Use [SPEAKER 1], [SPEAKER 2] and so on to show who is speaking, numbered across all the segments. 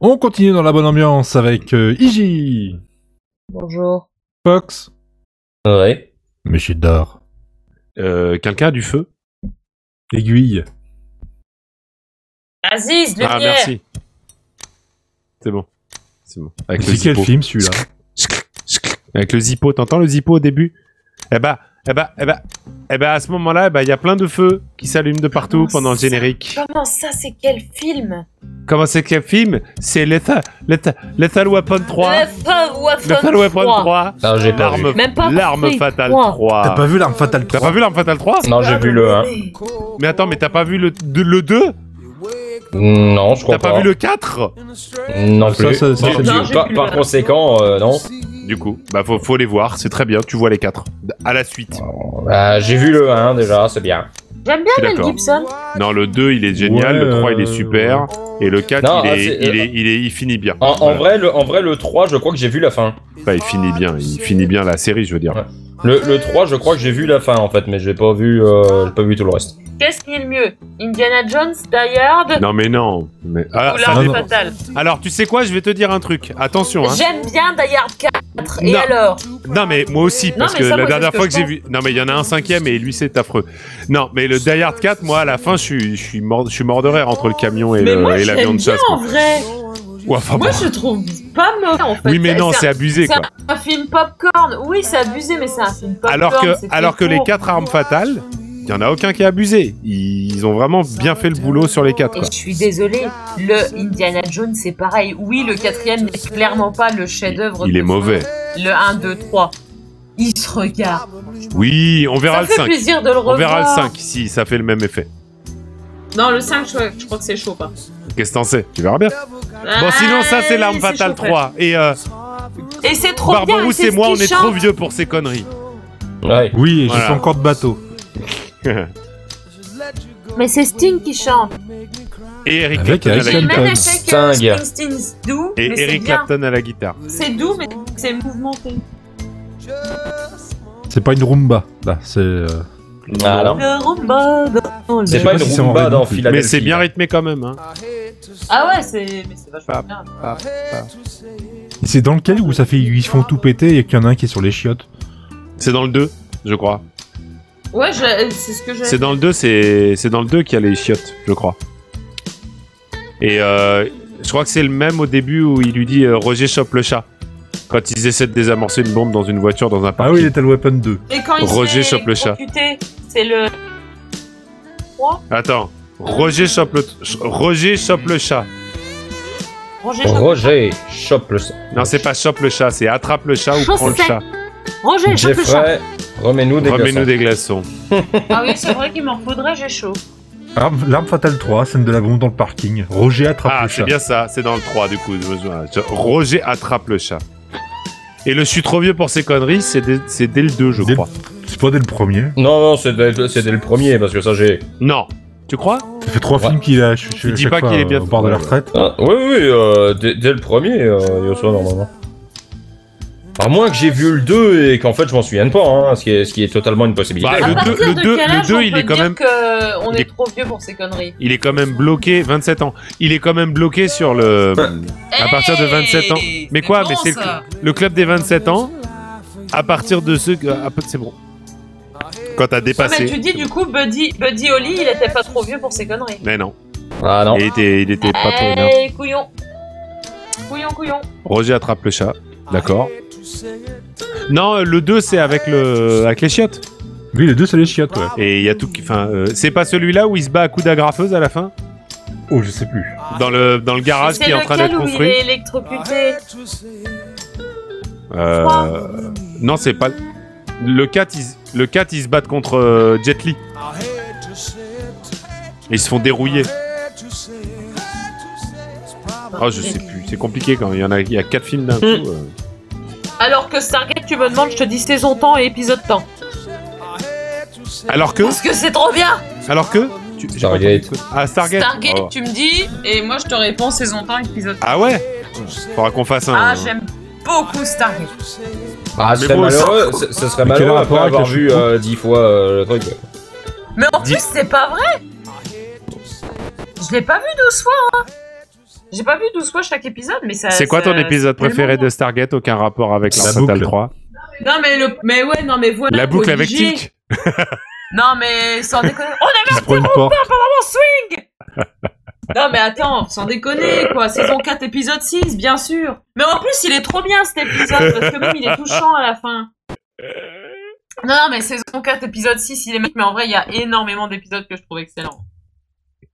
[SPEAKER 1] On continue dans la bonne ambiance avec euh, Iji,
[SPEAKER 2] Bonjour.
[SPEAKER 1] Fox,
[SPEAKER 3] Ouais.
[SPEAKER 1] Monsieur Dor,
[SPEAKER 4] Euh, Quelqu'un a du feu
[SPEAKER 1] Aiguille.
[SPEAKER 2] Aziz, lumière
[SPEAKER 4] Ah, merci. C'est bon. C'est bon. Avec le
[SPEAKER 1] C'est quel
[SPEAKER 4] zippo.
[SPEAKER 1] film celui-là
[SPEAKER 4] Avec le zippo. T'entends le zippo au début Eh bah, eh bah, eh bah, eh bah, à ce moment-là, eh bah, il y a plein de feux qui s'allument de partout
[SPEAKER 2] Comment
[SPEAKER 4] pendant le
[SPEAKER 2] ça
[SPEAKER 4] générique.
[SPEAKER 2] Comment ça, c'est quel film
[SPEAKER 4] Comment c'est quel film C'est Lethal, Lethal, Lethal Weapon 3.
[SPEAKER 2] Lethal Weapon
[SPEAKER 4] Lethal Weapon
[SPEAKER 2] 3.
[SPEAKER 4] 3.
[SPEAKER 3] Non, j'ai pas vu.
[SPEAKER 4] L'arme,
[SPEAKER 2] Même pas
[SPEAKER 4] l'arme
[SPEAKER 2] compris,
[SPEAKER 4] fatale
[SPEAKER 2] trois.
[SPEAKER 4] 3.
[SPEAKER 1] T'as pas vu l'arme fatale 3
[SPEAKER 4] vu l'arme fatale 3
[SPEAKER 3] Non,
[SPEAKER 2] Ah,
[SPEAKER 3] j'ai vu le 1.
[SPEAKER 4] Mais attends, mais t'as pas vu le, de- le 2
[SPEAKER 3] Non, je crois
[SPEAKER 4] T'as pas vu le 4
[SPEAKER 3] Non
[SPEAKER 1] Ça,
[SPEAKER 3] plus.
[SPEAKER 1] ça, ça,
[SPEAKER 3] Par-
[SPEAKER 1] ça,
[SPEAKER 3] du-
[SPEAKER 2] non, j'ai
[SPEAKER 3] par,
[SPEAKER 2] plus
[SPEAKER 3] par
[SPEAKER 2] le-
[SPEAKER 3] conséquent, euh, non.
[SPEAKER 4] Du coup, bah faut, faut les voir, c'est très bien, tu vois les 4. À la suite.
[SPEAKER 3] Bah, j'ai vu le 1 déjà, c'est bien.
[SPEAKER 2] J'aime bien
[SPEAKER 4] Je suis
[SPEAKER 2] Mel
[SPEAKER 4] d'accord.
[SPEAKER 2] Gibson.
[SPEAKER 4] Non, le 2 il est génial,
[SPEAKER 1] Ouais,
[SPEAKER 4] le 3 il est
[SPEAKER 1] euh,
[SPEAKER 4] super, et le 4
[SPEAKER 3] Non,
[SPEAKER 4] il,
[SPEAKER 3] ah,
[SPEAKER 4] est,
[SPEAKER 3] c'est-
[SPEAKER 4] il,
[SPEAKER 3] euh,
[SPEAKER 4] est, il, est, il finit bien.
[SPEAKER 3] En, en
[SPEAKER 4] Voilà.
[SPEAKER 3] vrai, le, en vrai, le 3, je crois que j'ai vu la fin.
[SPEAKER 4] Enfin, bah, il finit bien, il finit bien la série, je veux dire.
[SPEAKER 3] Ouais. Le, le 3, je crois que j'ai vu la fin en fait, mais j'ai pas vu, euh, j'ai pas vu tout le reste.
[SPEAKER 2] Qu'est-ce qui est le mieux Indiana Jones, Die Hard
[SPEAKER 4] Non, mais non. Mais... Ah,
[SPEAKER 2] ou
[SPEAKER 4] ça
[SPEAKER 2] L'arme
[SPEAKER 1] dépend.
[SPEAKER 2] fatale
[SPEAKER 4] dé- Alors, tu sais quoi, je vais te dire un truc, attention, hein.
[SPEAKER 2] J'aime bien Die Hard 4. Et
[SPEAKER 4] Non.
[SPEAKER 2] alors
[SPEAKER 4] Non, mais moi aussi,
[SPEAKER 2] Non,
[SPEAKER 4] parce
[SPEAKER 2] mais
[SPEAKER 4] que
[SPEAKER 2] ça,
[SPEAKER 4] la
[SPEAKER 2] moi, c'est
[SPEAKER 4] dernière
[SPEAKER 2] ce
[SPEAKER 4] fois
[SPEAKER 2] que
[SPEAKER 4] que
[SPEAKER 2] je
[SPEAKER 4] j'ai vu. Non, mais il y en a un cinquième et lui, c'est affreux. Non, mais le Die Hard 4, moi, à la fin, je suis, je suis, mort, je suis mort de rire entre le camion et
[SPEAKER 2] Mais
[SPEAKER 4] le-
[SPEAKER 2] moi,
[SPEAKER 4] et
[SPEAKER 2] je
[SPEAKER 4] l'avion
[SPEAKER 2] l'aime
[SPEAKER 4] de
[SPEAKER 2] bien
[SPEAKER 4] chasse.
[SPEAKER 2] en vrai.
[SPEAKER 4] Ouais, enfin,
[SPEAKER 2] Moi,
[SPEAKER 4] Ah bon.
[SPEAKER 2] je trouve pas mauvais en fait.
[SPEAKER 4] Oui, mais non,
[SPEAKER 2] C'est
[SPEAKER 4] c'est abusé,
[SPEAKER 2] c'est
[SPEAKER 4] quoi.
[SPEAKER 2] un film popcorn. Oui, c'est abusé, mais c'est un film popcorn.
[SPEAKER 4] Alors que,
[SPEAKER 2] c'est fait
[SPEAKER 4] alors que les
[SPEAKER 2] pour.
[SPEAKER 4] 4 armes fatales, il y en a aucun qui a abusé. Ils ont vraiment bien fait le boulot sur les 4,
[SPEAKER 2] Et je suis désolée, le Indiana Jones, c'est pareil. Oui, le quatrième n'est clairement pas le chef-d'œuvre.
[SPEAKER 4] Il est
[SPEAKER 2] de-
[SPEAKER 4] mauvais.
[SPEAKER 2] Le 1, 2, 3. Il se regarde.
[SPEAKER 4] Oui, on verra
[SPEAKER 2] Ça
[SPEAKER 4] le
[SPEAKER 2] fait
[SPEAKER 4] 5.
[SPEAKER 2] plaisir de le
[SPEAKER 4] On
[SPEAKER 2] revoir.
[SPEAKER 4] verra le 5 si ça fait le même effet.
[SPEAKER 2] Non, le 5, je, crois- je crois que c'est chaud. Pas.
[SPEAKER 4] Qu'est-ce que t'en sais Tu verras bien.
[SPEAKER 2] Ah,
[SPEAKER 4] Bon, sinon, ça, c'est l'arme fatale 3. Et euh,
[SPEAKER 2] Et c'est trop bien.
[SPEAKER 4] Barbarousse
[SPEAKER 2] c'est
[SPEAKER 4] et
[SPEAKER 2] ce
[SPEAKER 4] moi, on
[SPEAKER 2] qui
[SPEAKER 4] est Bah, trop
[SPEAKER 2] chante.
[SPEAKER 4] vieux pour ces conneries.
[SPEAKER 3] Ouais.
[SPEAKER 1] Oui, et je
[SPEAKER 4] Voilà.
[SPEAKER 1] suis encore de bateau.
[SPEAKER 2] Mais c'est Sting qui chante.
[SPEAKER 4] Et Eric
[SPEAKER 1] Avec
[SPEAKER 4] Clapton à
[SPEAKER 1] Eric Clapton.
[SPEAKER 2] C'est le
[SPEAKER 4] la guitare.
[SPEAKER 2] même effet que
[SPEAKER 3] Sting.
[SPEAKER 2] Springsteen doux, mais
[SPEAKER 4] Et
[SPEAKER 2] c'est
[SPEAKER 4] Eric
[SPEAKER 2] bien.
[SPEAKER 4] Clapton à la guitare.
[SPEAKER 2] C'est doux, mais c'est mouvementé.
[SPEAKER 1] C'est pas une Roomba, là, c'est... euh,
[SPEAKER 3] Ah, non.
[SPEAKER 2] Le rumba dans le-
[SPEAKER 3] C'est
[SPEAKER 1] sais
[SPEAKER 3] pas
[SPEAKER 1] pas
[SPEAKER 3] une
[SPEAKER 1] si c'est en
[SPEAKER 3] rumba
[SPEAKER 1] vrai
[SPEAKER 3] dans
[SPEAKER 1] non plus.
[SPEAKER 3] Philadelphie.
[SPEAKER 4] Mais c'est bien rythmé quand même. Hein.
[SPEAKER 2] Ah ouais, c'est mais c'est
[SPEAKER 4] Ah.
[SPEAKER 2] vachement bien.
[SPEAKER 1] C'est dans lequel où ça fait ils se font tout péter et qu'il y en a un qui est sur les chiottes.
[SPEAKER 4] C'est dans le 2, je crois.
[SPEAKER 2] Ouais, je- c'est ce que j'ai.
[SPEAKER 4] C'est dans le 2, c'est c'est dans le 2 qu'il y a les chiottes, je crois. Et euh, je crois que c'est le même au début où il lui dit euh, Roger chope le chat. Quand ils essaient de désamorcer une bombe dans une voiture, dans un
[SPEAKER 1] Ah
[SPEAKER 4] parking.
[SPEAKER 1] oui, Lethal Weapon 2.
[SPEAKER 2] Et quand il se
[SPEAKER 4] Roger
[SPEAKER 2] fait
[SPEAKER 4] chope le chat.
[SPEAKER 2] électrocuter, C'est le.
[SPEAKER 4] Attends. Roger chope le, ch- Roger chope le chat.
[SPEAKER 2] Roger chope-
[SPEAKER 3] Roger, chope le.
[SPEAKER 4] Non, c'est pas chope le chat, c'est attrape le chat ou
[SPEAKER 2] Chaussette.
[SPEAKER 4] prends le chat.
[SPEAKER 2] Roger, chope le chat.
[SPEAKER 3] Jeffrey, remets-nous des
[SPEAKER 4] Remets-nous
[SPEAKER 3] glaçons.
[SPEAKER 4] des glaçons.
[SPEAKER 2] Ah oui, c'est vrai qu'il m'en faudrait, j'ai chaud.
[SPEAKER 1] Arme- L'arme fatale 3, scène de la bombe dans le parking. Roger attrape
[SPEAKER 4] Ah,
[SPEAKER 1] le
[SPEAKER 4] c'est
[SPEAKER 1] chat.
[SPEAKER 4] bien ça, c'est dans le 3 du coup. Je- je- Roger attrape le chat. Et le je suis trop vieux pour ces conneries, c'est dès, c'est dès le 2, je
[SPEAKER 1] Dès-
[SPEAKER 4] crois.
[SPEAKER 1] C'est pas dès le premier.
[SPEAKER 3] Non, non, c'était c'était le premier parce que ça j'ai.
[SPEAKER 4] Non. Tu crois
[SPEAKER 1] Ça fait trois
[SPEAKER 3] Ouais.
[SPEAKER 1] films qu'il a. Je, je-
[SPEAKER 4] Il dit
[SPEAKER 1] chaque
[SPEAKER 4] pas
[SPEAKER 1] fois,
[SPEAKER 4] qu'il est
[SPEAKER 1] euh,
[SPEAKER 4] bien-
[SPEAKER 1] au bord de la
[SPEAKER 4] Ouais, ouais.
[SPEAKER 1] retraite.
[SPEAKER 3] Ah, oui, oui, euh, dès, dès le premier, euh, Yoshua, normalement. À moins que j'ai vu le 2 et qu'en fait je m'en souvienne pas, hein, ce, qui est, ce qui est totalement une possibilité.
[SPEAKER 4] Bah,
[SPEAKER 2] À
[SPEAKER 4] le
[SPEAKER 2] partir
[SPEAKER 4] deux- le
[SPEAKER 2] de
[SPEAKER 4] deux-
[SPEAKER 2] quel
[SPEAKER 4] le
[SPEAKER 2] âge
[SPEAKER 4] deux,
[SPEAKER 2] on
[SPEAKER 4] il
[SPEAKER 2] peut
[SPEAKER 4] est quand
[SPEAKER 2] dire
[SPEAKER 4] même-
[SPEAKER 2] que on
[SPEAKER 4] il
[SPEAKER 2] est
[SPEAKER 4] est-
[SPEAKER 2] trop vieux pour ces conneries.
[SPEAKER 4] Il est quand même bloqué, 27 ans. Il est quand même bloqué sur le. À partir de 27 ans. Mais quoi Mais c'est le, le club des 27 ans. À partir de ce. à- C'est bon. Quand t'as
[SPEAKER 2] Ouais, mais tu
[SPEAKER 4] dépassé.
[SPEAKER 2] dis du coup Buddy, Buddy Holly, il était pas trop vieux pour ses conneries.
[SPEAKER 4] Mais non.
[SPEAKER 3] Ah non.
[SPEAKER 4] Il était, il était pas trop bien.
[SPEAKER 2] Eh, couillon. Couillon, couillon.
[SPEAKER 4] Roger attrape le chat. D'accord. Non, euh, le 2, c'est avec, le... avec les chiottes.
[SPEAKER 1] Lui, les deux, c'est les chiottes, ouais.
[SPEAKER 4] Et il y a tout qui. Enfin, euh, c'est pas celui-là où il se bat à coups d'agrafeuse à la fin
[SPEAKER 1] Oh, je sais plus.
[SPEAKER 4] dans le, dans le garage
[SPEAKER 2] C'est
[SPEAKER 4] Ah, qui est en train d'être
[SPEAKER 2] lequel où il
[SPEAKER 4] construit
[SPEAKER 2] est électrocuté
[SPEAKER 4] Euh, Non, c'est pas. Le 4, ils, le 4, ils se battent contre euh, Jet Li. Ils se font dérouiller. Oh, je sais plus. C'est compliqué quand il y en a, il y a 4 films d'un coup. euh.
[SPEAKER 2] Alors que Stargate, tu me demandes, je te dis saison temps et épisode temps.
[SPEAKER 4] Alors que
[SPEAKER 2] Parce que c'est trop bien
[SPEAKER 4] Alors que tu, j'ai pas
[SPEAKER 3] Stargate.
[SPEAKER 4] compris. Ah, Stargate.
[SPEAKER 2] Stargate,
[SPEAKER 4] Oh.
[SPEAKER 2] tu me dis, et moi je te réponds saison temps, épisode temps.
[SPEAKER 4] Ah ouais Faudra qu'on fasse un.
[SPEAKER 2] Ah, j'aime beaucoup Stargate.
[SPEAKER 3] Ah, ce
[SPEAKER 4] Mais
[SPEAKER 3] serait
[SPEAKER 4] bon,
[SPEAKER 3] malheureux, ce, ce serait
[SPEAKER 1] Mais quel
[SPEAKER 3] malheureux
[SPEAKER 1] rapport
[SPEAKER 3] après
[SPEAKER 1] avec
[SPEAKER 3] avoir
[SPEAKER 1] le
[SPEAKER 3] vu
[SPEAKER 1] chouchou
[SPEAKER 3] euh, dix fois euh, le truc.
[SPEAKER 2] Mais en
[SPEAKER 4] Dis-
[SPEAKER 2] plus, c'est pas vrai Je l'ai pas vu 12 fois hein. J'ai pas vu 12 fois chaque épisode, mais ça.
[SPEAKER 4] C'est quoi
[SPEAKER 2] Euh, ça-
[SPEAKER 4] ton épisode
[SPEAKER 2] tellement
[SPEAKER 4] préféré
[SPEAKER 2] bon.
[SPEAKER 4] de Stargate Aucun rapport avec
[SPEAKER 1] La
[SPEAKER 4] l'Arsenal
[SPEAKER 1] boucle.
[SPEAKER 4] 3.
[SPEAKER 2] Non, mais le. Mais ouais, non, mais voilà.
[SPEAKER 4] La boucle avec
[SPEAKER 2] obligé.
[SPEAKER 4] Tic.
[SPEAKER 2] Non, mais sans déconner. On a
[SPEAKER 1] Qui se prend une porte.
[SPEAKER 2] Non mais attends, sans déconner quoi, saison 4 épisode 6 bien sûr. Mais en plus il est trop bien cet épisode parce que même il est touchant à la fin. Non non, mais saison 4 épisode 6 il est mec mais en vrai il y a énormément d'épisodes que je trouve excellents.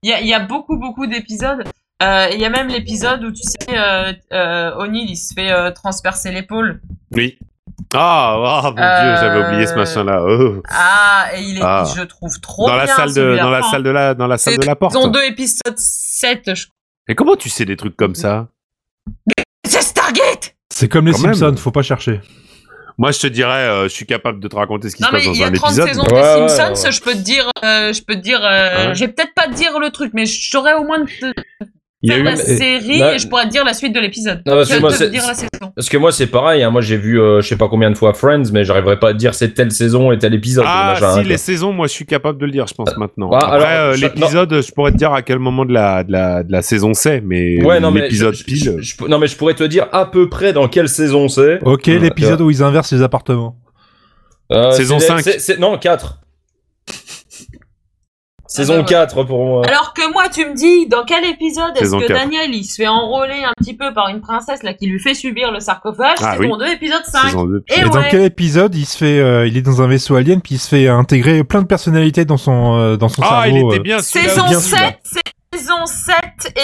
[SPEAKER 2] Il y a, il y a beaucoup beaucoup d'épisodes. Euh, et Il y a même l'épisode où tu sais euh, euh, O'Neill il se fait euh, transpercer l'épaule.
[SPEAKER 4] Oui. Ah, ah, mon
[SPEAKER 2] Euh,
[SPEAKER 4] dieu, j'avais oublié ce machin-là. Oh.
[SPEAKER 2] Ah et il est
[SPEAKER 4] Ah.
[SPEAKER 2] je trouve trop
[SPEAKER 4] Dans la
[SPEAKER 2] bien
[SPEAKER 4] salle de,
[SPEAKER 2] celui-là.
[SPEAKER 4] dans la salle de la, dans la salle
[SPEAKER 2] C'est
[SPEAKER 4] de la porte.
[SPEAKER 2] Saison 2 épisode 7 je crois.
[SPEAKER 4] Et comment tu sais des trucs comme ça
[SPEAKER 2] C'est Stargate.
[SPEAKER 1] C'est comme les
[SPEAKER 4] Quand même.
[SPEAKER 1] Simpsons, faut pas chercher.
[SPEAKER 4] Moi, je te dirais, euh, je suis capable de te raconter ce qui
[SPEAKER 2] Non
[SPEAKER 4] se
[SPEAKER 2] mais
[SPEAKER 4] passe
[SPEAKER 2] il
[SPEAKER 4] dans
[SPEAKER 2] y a
[SPEAKER 4] un
[SPEAKER 2] 30
[SPEAKER 4] épisode.
[SPEAKER 2] saisons
[SPEAKER 3] Ouais, ouais,
[SPEAKER 2] des Simpsons,
[SPEAKER 3] ouais.
[SPEAKER 2] je peux te dire, euh, je peux te dire, euh,
[SPEAKER 4] Ouais.
[SPEAKER 2] je vais peut-être pas te dire le truc, mais j'aurais au moins de te
[SPEAKER 4] Il y a
[SPEAKER 2] faire
[SPEAKER 4] eu
[SPEAKER 2] la
[SPEAKER 3] mais-
[SPEAKER 2] série
[SPEAKER 3] là-
[SPEAKER 2] et je pourrais te dire la suite de l'épisode.
[SPEAKER 3] Non, parce
[SPEAKER 2] Je
[SPEAKER 3] que
[SPEAKER 2] vais
[SPEAKER 3] moi,
[SPEAKER 2] te
[SPEAKER 3] c'est-
[SPEAKER 2] dire la saison.
[SPEAKER 3] Parce que moi, c'est pareil. hein. Moi, j'ai vu, euh, je sais pas combien de fois Friends, mais j'arriverai pas à dire c'est telle saison et tel épisode.
[SPEAKER 4] Ah,
[SPEAKER 3] machin, hein,
[SPEAKER 4] si, les saisons, moi, je suis capable de le dire, je pense, maintenant.
[SPEAKER 3] bah, alors,
[SPEAKER 4] Après, euh,
[SPEAKER 3] ça-
[SPEAKER 4] l'épisode, je pourrais te dire à quel moment de la, de la, de la saison c'est, mais
[SPEAKER 3] quoi. Ouais, non, mais
[SPEAKER 4] l'épisode
[SPEAKER 3] je-
[SPEAKER 4] pile.
[SPEAKER 3] je- je- non, mais je pourrais te dire à peu près dans quelle saison c'est.
[SPEAKER 1] Ok,
[SPEAKER 3] Ouais,
[SPEAKER 1] l'épisode où ils inversent les appartements.
[SPEAKER 3] Euh,
[SPEAKER 4] Saison
[SPEAKER 3] c'est-
[SPEAKER 4] 5.
[SPEAKER 3] c'est- c'est- non, 4.
[SPEAKER 2] Ah
[SPEAKER 3] Saison
[SPEAKER 2] bah ouais.
[SPEAKER 3] 4 pour moi.
[SPEAKER 2] Alors que moi, tu me dis, dans quel épisode est-ce
[SPEAKER 4] Saison
[SPEAKER 2] que
[SPEAKER 4] quatre.
[SPEAKER 2] Daniel il se fait enrôler un petit peu par une princesse là qui lui fait subir le sarcophage
[SPEAKER 4] Ah,
[SPEAKER 2] Saison 2, épisode 5.
[SPEAKER 4] Saison 2.
[SPEAKER 2] Et
[SPEAKER 1] Et dans
[SPEAKER 2] ouais.
[SPEAKER 1] quel épisode il se fait, euh, il est dans un vaisseau alien puis il se fait intégrer plein de personnalités dans son euh, dans son
[SPEAKER 4] Ah, il
[SPEAKER 1] cerveau.
[SPEAKER 4] était
[SPEAKER 1] euh.
[SPEAKER 4] bien celui-là
[SPEAKER 2] Saison
[SPEAKER 1] bien
[SPEAKER 2] 7, saison 7,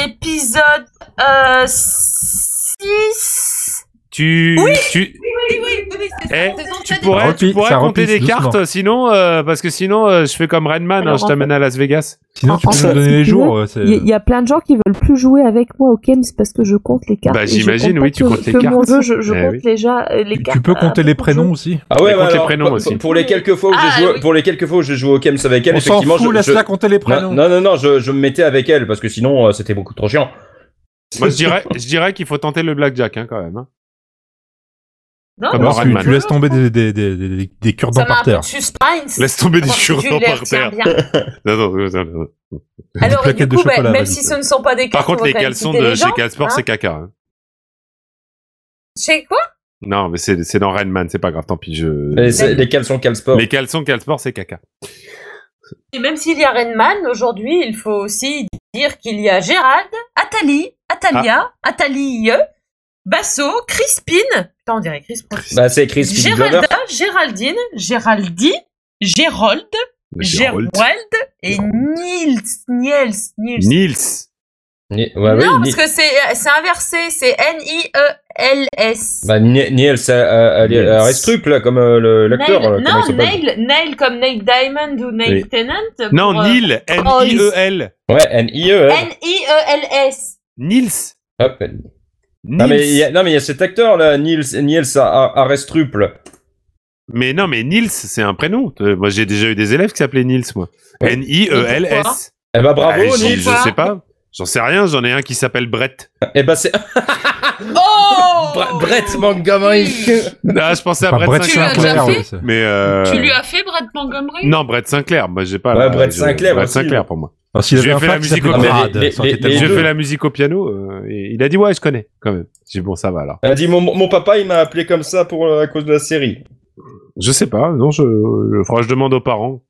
[SPEAKER 2] épisode euh, 6.
[SPEAKER 4] Tu, tu,
[SPEAKER 2] Oui, oui, oui, c'est ça,
[SPEAKER 4] Eh,
[SPEAKER 2] saison
[SPEAKER 4] tu
[SPEAKER 2] 7,
[SPEAKER 4] pourrais,
[SPEAKER 1] repli-
[SPEAKER 4] tu pourrais
[SPEAKER 1] ça
[SPEAKER 4] compter
[SPEAKER 1] replisse
[SPEAKER 4] des
[SPEAKER 1] doucement.
[SPEAKER 4] cartes, sinon, euh, parce que sinon, euh, je fais comme Redman, hein,
[SPEAKER 5] Alors,
[SPEAKER 4] je
[SPEAKER 5] en
[SPEAKER 4] t'amène à Las Vegas.
[SPEAKER 1] Sinon, tu
[SPEAKER 5] En-
[SPEAKER 1] peux
[SPEAKER 5] en
[SPEAKER 1] nous donner
[SPEAKER 5] fait,
[SPEAKER 1] les
[SPEAKER 5] si tu
[SPEAKER 1] jours.
[SPEAKER 5] veux,
[SPEAKER 1] ouais, c'est-
[SPEAKER 4] euh,
[SPEAKER 5] Il y, il y a plein de gens qui veulent plus jouer avec moi au game, c'est parce que je compte les cartes.
[SPEAKER 4] Bah,
[SPEAKER 5] et je
[SPEAKER 4] j'imagine,
[SPEAKER 5] compte
[SPEAKER 4] oui,
[SPEAKER 5] pas
[SPEAKER 4] tu
[SPEAKER 5] que-
[SPEAKER 4] comptes les
[SPEAKER 5] que
[SPEAKER 4] cartes.
[SPEAKER 5] Mon jeu, je, je
[SPEAKER 4] Eh
[SPEAKER 5] compte
[SPEAKER 4] oui.
[SPEAKER 5] déjà euh, les
[SPEAKER 1] Tu-
[SPEAKER 5] cartes.
[SPEAKER 1] tu peux
[SPEAKER 5] à-
[SPEAKER 1] compter
[SPEAKER 5] à
[SPEAKER 1] les
[SPEAKER 5] beaucoup de gens.
[SPEAKER 1] prénoms aussi.
[SPEAKER 3] Ah ouais,
[SPEAKER 4] Mais compte
[SPEAKER 3] ouais,
[SPEAKER 4] les
[SPEAKER 3] alors,
[SPEAKER 4] prénoms
[SPEAKER 3] pour,
[SPEAKER 4] aussi.
[SPEAKER 3] pour les quelques fois où
[SPEAKER 2] Ah,
[SPEAKER 3] j'ai joué,
[SPEAKER 2] oui.
[SPEAKER 3] pour les quelques fois où j'ai joué au Kems avec elle,
[SPEAKER 1] On s'en
[SPEAKER 3] effectivement,
[SPEAKER 1] fout,
[SPEAKER 3] je, je-
[SPEAKER 1] laisse-la compter les prénoms.
[SPEAKER 3] non, non, non, non, je, je me mettais avec elle parce que sinon euh, c'était beaucoup trop chiant.
[SPEAKER 4] Moi, je dirais, je dirais qu'il faut tenter le blackjack, hein, quand même. hein.
[SPEAKER 2] Non,
[SPEAKER 4] Comme
[SPEAKER 2] non,
[SPEAKER 1] Alors,
[SPEAKER 4] Radman.
[SPEAKER 1] tu, tu laisses tomber des, des, des, des, des
[SPEAKER 2] ça
[SPEAKER 1] cure-dents
[SPEAKER 2] m'a un
[SPEAKER 1] par
[SPEAKER 2] peu de
[SPEAKER 1] terre.
[SPEAKER 2] suspense.
[SPEAKER 4] Laisse tomber des
[SPEAKER 2] Parce que tu
[SPEAKER 4] churros
[SPEAKER 2] les
[SPEAKER 4] par
[SPEAKER 2] retiens
[SPEAKER 4] terre.
[SPEAKER 2] bien.
[SPEAKER 4] Non, non, non, non, non.
[SPEAKER 2] Alors,
[SPEAKER 1] Des
[SPEAKER 2] du
[SPEAKER 1] plaquettes
[SPEAKER 2] coup,
[SPEAKER 1] de
[SPEAKER 2] bah,
[SPEAKER 1] chocolat,
[SPEAKER 2] même
[SPEAKER 1] vas-y.
[SPEAKER 2] si ce ne sont pas des cartes,
[SPEAKER 4] Par contre,
[SPEAKER 2] on va
[SPEAKER 4] les
[SPEAKER 2] quand même
[SPEAKER 4] caleçons
[SPEAKER 2] citer
[SPEAKER 4] de
[SPEAKER 2] les
[SPEAKER 4] chez
[SPEAKER 2] gens.
[SPEAKER 4] Calsport,
[SPEAKER 2] hein.
[SPEAKER 4] c'est caca. hein.
[SPEAKER 2] Chez quoi
[SPEAKER 4] Non, mais c'est c'est dans Redman, c'est pas grave, tant pis,
[SPEAKER 3] Et c'est-
[SPEAKER 4] je.
[SPEAKER 3] les caleçons calsport.
[SPEAKER 4] Les caleçons Calsport, c'est caca.
[SPEAKER 2] Et même s'il y a Renman, aujourd'hui, il faut aussi dire qu'il y a Gérald, Athalie, Atalia, Athalie, Basso, Crispine, putain, on dirait Crispine,
[SPEAKER 3] Bah c'est Chris Philip Glover.
[SPEAKER 2] Géralda, Géraldine, Géraldi, Gérold, Gerwald et Niels, Niels, Niels.
[SPEAKER 4] Nils.
[SPEAKER 3] Ni- ouais, oui,
[SPEAKER 2] non,
[SPEAKER 3] ni-
[SPEAKER 2] parce que c'est euh, c'est inversé, c'est E N-I-E-L-S.
[SPEAKER 3] Bah, Ni- Niels euh, euh,
[SPEAKER 4] Niels.
[SPEAKER 3] euh, Restrup, là, comme euh, le- l'acteur. là,
[SPEAKER 2] Nail,
[SPEAKER 3] comment il
[SPEAKER 2] non,
[SPEAKER 3] s'appelle
[SPEAKER 2] Nail, Nail comme Nail Diamond ou Nail
[SPEAKER 4] Oui.
[SPEAKER 2] Tennant. pour,
[SPEAKER 4] Non,
[SPEAKER 2] euh,
[SPEAKER 4] Nil, E N-I-E-L.
[SPEAKER 3] Ouais, N-I-E. hein.
[SPEAKER 2] E N-I-E-L-S.
[SPEAKER 4] Nils.
[SPEAKER 3] Hop. Non, mais il y
[SPEAKER 4] Nils.
[SPEAKER 3] a- non, mais il y a cet acteur, là, Niels, Niels à, à- à Restruple.
[SPEAKER 4] Mais non, mais Nils, c'est un prénom. Euh, Moi, j'ai déjà eu des élèves qui s'appelaient Nils, moi.
[SPEAKER 3] Ouais.
[SPEAKER 2] Et
[SPEAKER 4] N-I-E-L-S.
[SPEAKER 3] Eh bah, bravo,
[SPEAKER 4] Ah, je-
[SPEAKER 3] Niels.
[SPEAKER 4] Je sais pas. J'en sais rien, j'en ai un qui s'appelle Brett.
[SPEAKER 3] Eh bah, c'est.
[SPEAKER 2] Oh
[SPEAKER 3] Bre- Brett, mon gamin. il-
[SPEAKER 4] Ah, je pensais à
[SPEAKER 1] Enfin,
[SPEAKER 4] Brett,
[SPEAKER 1] Brett
[SPEAKER 2] Tu l'as
[SPEAKER 4] Sinclair.
[SPEAKER 2] déjà
[SPEAKER 1] Sinclair,
[SPEAKER 2] fait
[SPEAKER 1] ouais, c'est-
[SPEAKER 4] Mais euh...
[SPEAKER 2] Tu lui as fait Brett Montgomery
[SPEAKER 4] Non, Brett Sinclair. Moi, j'ai pas.
[SPEAKER 3] Ouais,
[SPEAKER 4] la-
[SPEAKER 3] Brett
[SPEAKER 4] je-
[SPEAKER 3] Sinclair
[SPEAKER 4] Brett
[SPEAKER 3] aussi,
[SPEAKER 4] Sinclair
[SPEAKER 3] ouais.
[SPEAKER 4] pour moi.
[SPEAKER 1] Alors, s'il
[SPEAKER 4] J'ai
[SPEAKER 1] avait un
[SPEAKER 4] fait la
[SPEAKER 1] frère qui
[SPEAKER 4] musique
[SPEAKER 1] s'appelait
[SPEAKER 4] au-
[SPEAKER 3] Ah, mais
[SPEAKER 1] Brad,
[SPEAKER 3] les-
[SPEAKER 1] ça aurait
[SPEAKER 3] les-
[SPEAKER 1] été
[SPEAKER 3] les-
[SPEAKER 1] tellement
[SPEAKER 4] J'ai
[SPEAKER 3] deux.
[SPEAKER 4] fait
[SPEAKER 1] drôle.
[SPEAKER 4] la musique au piano. euh, et il a dit ouais, je connais quand même. J'ai dit, bon, ça va alors.
[SPEAKER 3] Elle a dit mon, mon papa, il m'a appelé comme ça pour, euh, à cause de la série.
[SPEAKER 4] Je sais pas. Non, je. je- faudra que je demande aux parents.